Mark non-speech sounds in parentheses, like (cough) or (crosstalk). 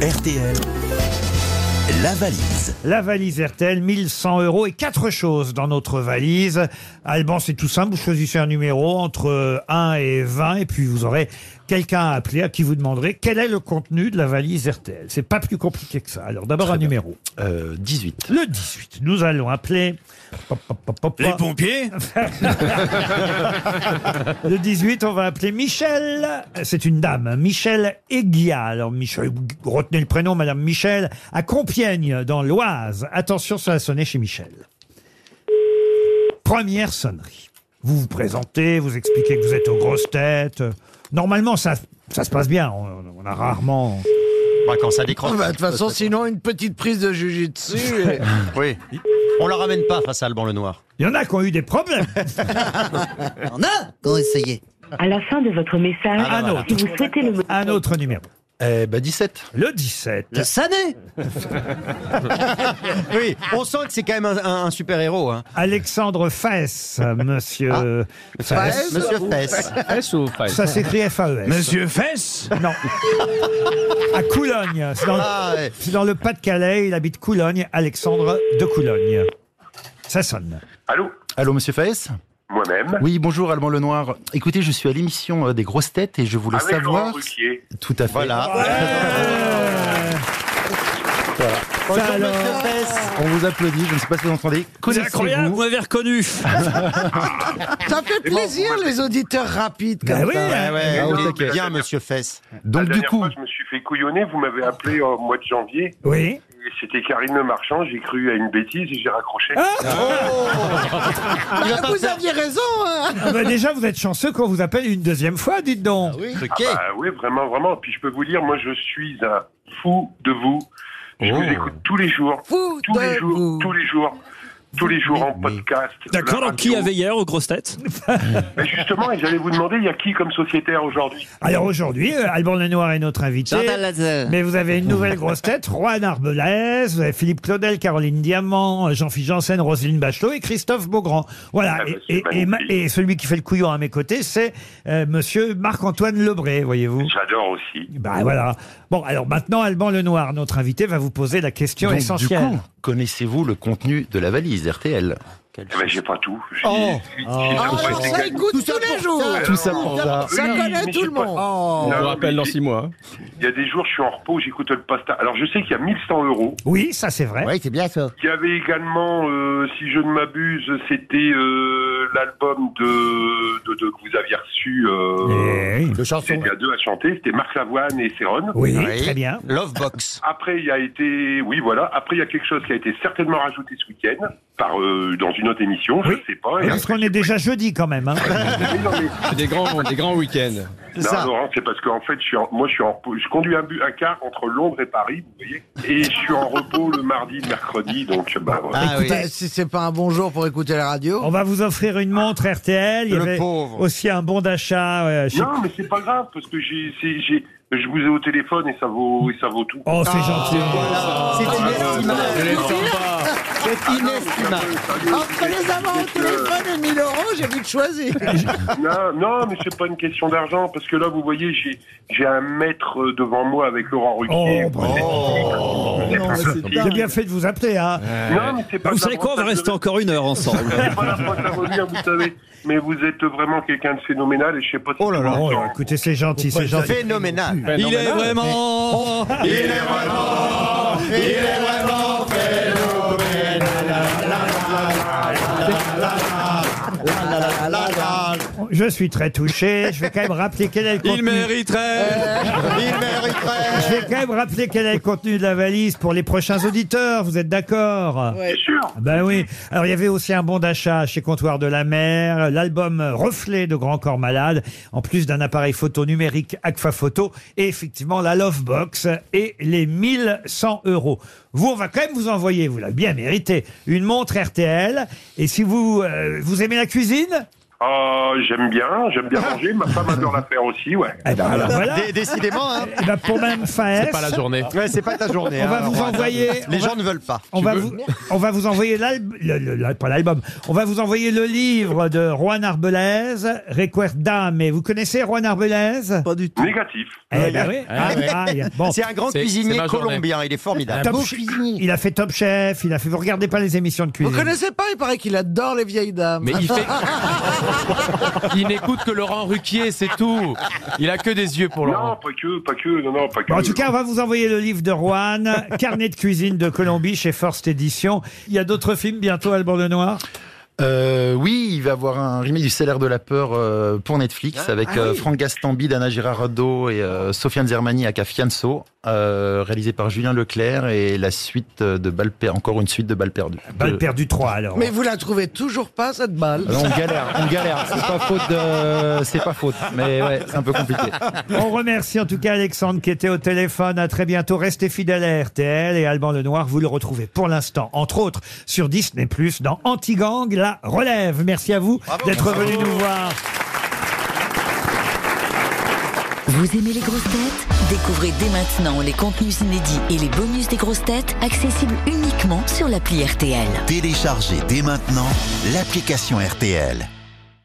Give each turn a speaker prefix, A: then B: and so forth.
A: RTL, la valise.
B: La valise RTL, 1100 euros et quatre choses dans notre valise. Alban, c'est tout simple, vous choisissez un numéro entre euh, 1 et 20 et puis vous aurez quelqu'un à appeler à qui vous demanderez quel est le contenu de la valise RTL. C'est pas plus compliqué que ça. Alors d'abord un numéro.
C: Euh, 18.
B: Le 18, nous allons appeler... Pop, pop, pop, pop, pop.
C: pompiers
B: Le 18, on va appeler Michel. C'est une dame, hein. Michel Eguia. Alors, Michel, retenez le prénom, Madame Michel, à Compiègne, dans l'Oise. Attention, ça a sonné chez Michel. Première sonnerie. Vous vous présentez, vous expliquez que vous êtes aux grosses têtes. Normalement, ça, ça se passe bien. On, on a rarement.
C: Bah, quand ça décroche.
D: Oh, De toute façon, sinon, une petite prise de
E: (laughs)
D: jujitsu. et-
C: Oui. On la ramène pas face à Alban Lenoir.
B: Il y en a qui ont eu des problèmes.
F: On a qu'on essayait.
G: À la fin de votre message,
B: Un autre.
G: si vous souhaitez le mot
B: Un autre numéro.
C: Eh ben
E: bah,
C: 17.
B: Le 17.
F: Le sané
C: Oui, on sent que c'est quand même un, un- un super-héros. Hein.
B: Alexandre Fess, monsieur. Fess.
C: Monsieur Fess.
B: Ça s'écrit FAES.
D: Monsieur Fess
B: Non. à Coulogne. C'est dans,
C: Ah, ouais.
B: c'est dans le Pas-de-Calais. Il habite Coulogne, Alexandre de Coulogne. Ça sonne.
H: Allô
E: Allô, monsieur Faes
H: Moi-même
E: Oui, bonjour, Allemand Lenoir. Écoutez, je suis à l'émission euh, des grosses têtes et je voulais
H: Avec Laurent
E: savoir.
H: Ruquier.
E: Tout à fait.
I: Ah,
C: Voilà.
B: Ça alors.
E: On vous applaudit, je ne sais pas si vous entendez. Connaissez-vous
B: m'avez reconnu.
D: Ça fait plaisir, les auditeurs rapides
E: Bah
D: comme
B: Ben oui,
D: ça.
C: Ouais, ouais,
E: Ah, au
C: il est
E: taquet.
C: bien, Monsieur Fess.
E: Donc,
H: la
E: du
H: dernière
E: coup.
H: fois, je me suis fait couillonner. Vous m'avez appelé au mois de janvier.
B: Oui.
H: Et C'était Karine Le Marchand. J'ai cru à une bêtise et j'ai raccroché.
D: Ah, vous aviez raison. hein.
B: Ah bah déjà, vous êtes chanceux qu'on vous appelle une deuxième fois, dites donc.
C: Truqué.
H: Ah oui, vraiment, vraiment. Puis je peux vous dire, moi, je suis un fou de vous. Je vous écoute tous les
D: Oh.
H: jours.
D: Fou
H: tous les
D: de
H: jours,
D: vous.
H: tous les jours. Tous les jours en podcast.
I: D'accord,
H: la
I: alors qui
H: radio.
I: avait hier aux
D: (laughs)
I: grosses têtes
H: (laughs) Mais justement, et j'allais vous demander, il y a qui comme sociétaire aujourd'hui
B: Alors aujourd'hui, euh, Alban Lenoir est notre invité.
F: Chantal Lazer.
B: Mais vous avez une nouvelle grosse tête, Juan Arbelez, vous avez Philippe Claudel, Caroline Diamant, Jean-Philippe Janssen, Roselyne Bachelot et Christophe Beaugrand. Voilà.
H: Ah bah,
B: et,
H: c'est
B: et- et ma-
H: magnifique.
B: et celui qui fait le couillon à mes côtés, c'est euh, monsieur Marc-Antoine Lebré, voyez-vous.
H: J'adore aussi.
B: Bah voilà. Bon, alors maintenant, Alban Lenoir, notre invité, va vous poser la question
E: donc, du
B: essentielle.
E: coup, connaissez-vous le contenu de la valise RTL
H: Eh ben, j'ai pas tout. J'ai-
C: Oh.
H: j'ai- j'ai
D: Ah,
H: trouvé
D: alors
H: des
D: ça
H: gars-
D: écoute tous les jours.
E: Tout ça pour ça.
D: Ça
H: Oui,
D: connaît
H: mais
D: tout
H: j'ai
D: le
H: pas-
D: monde.
H: Non,
I: On vous rappelle
H: mais
I: dans
H: j'ai-
I: six mois. hein.
H: Il y a des jours, je suis en repos, j'écoute le pasta. Alors, je sais qu'il y a 1100 euros.
B: Oui, ça c'est vrai.
F: Oui, c'est bien ça.
H: Il y avait également, euh, si je ne m'abuse, c'était euh, l'album de, de, de- que vous aviez reçu. Euh,
B: Eh oui.
F: Le chanson.
H: c'était à deux à chanter. C'était Marc Lavoine et Céron.
I: bah.
B: Oui, très bien.
I: (laughs)
C: Lovebox.
H: Après, il y a été, oui, voilà. Après, il y a quelque chose qui a été certainement rajouté ce week-end par euh, dans une autre émission. Je
B: Oui.
H: ne sais pas. Et
B: Parce qu'on est déjà jeudi quand même.
H: (laughs)
B: hein.
H: après- non, mais-
I: Des grands, des grands week-ends.
H: Non, Laurent, c'est parce qu'en fait, je suis en- moi, je suis en repos. Je conduis un, bu- un car entre Londres et Paris, vous voyez, et je suis en repos le mardi, le mercredi, donc bah voilà.
C: Ah oui.
D: Bah, si c'est pas un bon jour pour écouter la radio.
B: On va vous offrir une montre RTL. Il y
C: Le
B: avait
C: pauvre.
B: aussi un bon d'achat euh, chez
H: Non, mais c'est pas grave parce que j'ai, c'est- j'ai, je vous ai au téléphone et ça vaut, et ça vaut tout.
B: Oh, c'est gentil.
E: Oh.
C: C'est
E: Ah.
C: inestimable. C'est
H: Non,
C: inestimable.
D: Entre les avoir au téléphone et 1000 euros, j'ai vite choisi.
H: non, non, mais c'est pas une question d'argent parce que là, vous voyez, j'ai, j'ai un maître euh, devant moi avec Laurent Ruquier.
B: Oh, bah, J'ai bien fait de vous appeler. Hein.
H: Non, mais c'est pas
I: Vous
H: de la
I: savez quoi On va
H: brosse à
I: rester
H: cheveux.
I: encore une heure ensemble.
H: C'est pas la brosse à revenir, vous savez. Mais vous êtes vraiment quelqu'un de phénoménal et je sais pas si
C: Oh là là.
B: Oh, écoutez, c'est gentil, c'est gentil.
C: Phénoménal.
I: Il est vraiment.
B: Je suis très touché. Je vais quand même rappeler quel est le
I: Il
B: contenu. Euh.
I: mériterait.
C: Il mériterait.
B: Je vais quand même rappeler quel est le contenu de la valise pour les prochains auditeurs. Vous êtes d'accord
H: Bien sûr.
B: Ben oui. Alors il y avait aussi un bon d'achat chez Comptoir de la Mer, l'album Reflet de Grand Corps Malade, en plus d'un appareil photo numérique Agfa Photo, et effectivement la Love Box et les 1100 euros. Vous, on va quand même vous envoyer, vous l'avez bien mérité, une montre RTL. Et si vous euh, vous aimez la cuisine,
H: Ah Euh, j'aime bien, j'aime
B: (laughs)
H: bien manger. Ma femme adore la faire aussi, ouais.
B: Eh ben, voilà. voilà.
C: Dé- Décidément, hein.
B: Eh ben, pour même Faes,
I: journée.
C: Ouais, c'est pas ta journée.
B: On va
C: hein,
B: vous
C: Laurent.
B: envoyer-
C: Les
B: on
C: gens
B: va-
C: ne veulent pas.
B: on va, vous, on va vous envoyer l'album, pas l'album, on va vous envoyer le livre de Juan Arbelez, Recuerdame. Et vous connaissez Juan Arbelez
F: Pas du tout.
H: Négatif.
B: Eh ben oui.
I: Ah
B: Ah, ah, il y a-
E: (laughs)
B: bon.
C: C'est un grand
I: C'est- c'est
C: cuisinier
I: ma journée.
C: colombien. Il est formidable.
B: Top
D: beau
B: Chef-
D: cuisinier.
B: Il a fait Top Chef, il a fait. Vous regardez pas les émissions de
D: Vous
B: cuisine.
D: connaissez pas, il paraît qu'il adore les vieilles dames.
I: Mais il fait. (laughs) il n'écoute que Laurent Ruquier, c'est tout. Il a que des yeux pour
H: Non,
I: Laurent.
H: pas que, pas que, non, non, pas que.
B: Bon, en tout cas, on va vous envoyer le livre de Juan, Carnet de cuisine de Colombie chez First Edition. Il y a d'autres films bientôt, Alban Lenoir.
E: Euh, oui, il va y avoir un remake du Salaire de la peur euh, pour Netflix avec euh, Franck Gastambi, Dana Girardot et euh, Sofiane Zermani à Cafianso, euh, réalisé par Julien Leclerc et la suite euh, de Balle per- encore une suite de Balle perdue.
B: Balle
E: De-
B: perdu 3, alors.
D: Mais vous la trouvez toujours pas, cette balle.
E: Alors, on galère, on galère. C'est pas faute de, c'est pas faute, mais ouais, c'est un peu compliqué.
B: (laughs) On remercie en tout cas Alexandre qui était au téléphone. À très bientôt. Restez fidèles à RTL et Alban Lenoir. Vous le retrouvez pour l'instant, entre autres, sur Disney Plus dans Antigang, la relève. Merci à vous d'être venu nous voir.
J: Vous aimez les grosses têtes Découvrez dès maintenant les contenus inédits et les bonus des grosses têtes accessibles uniquement sur l'appli RTL.
A: Téléchargez dès maintenant l'application RTL.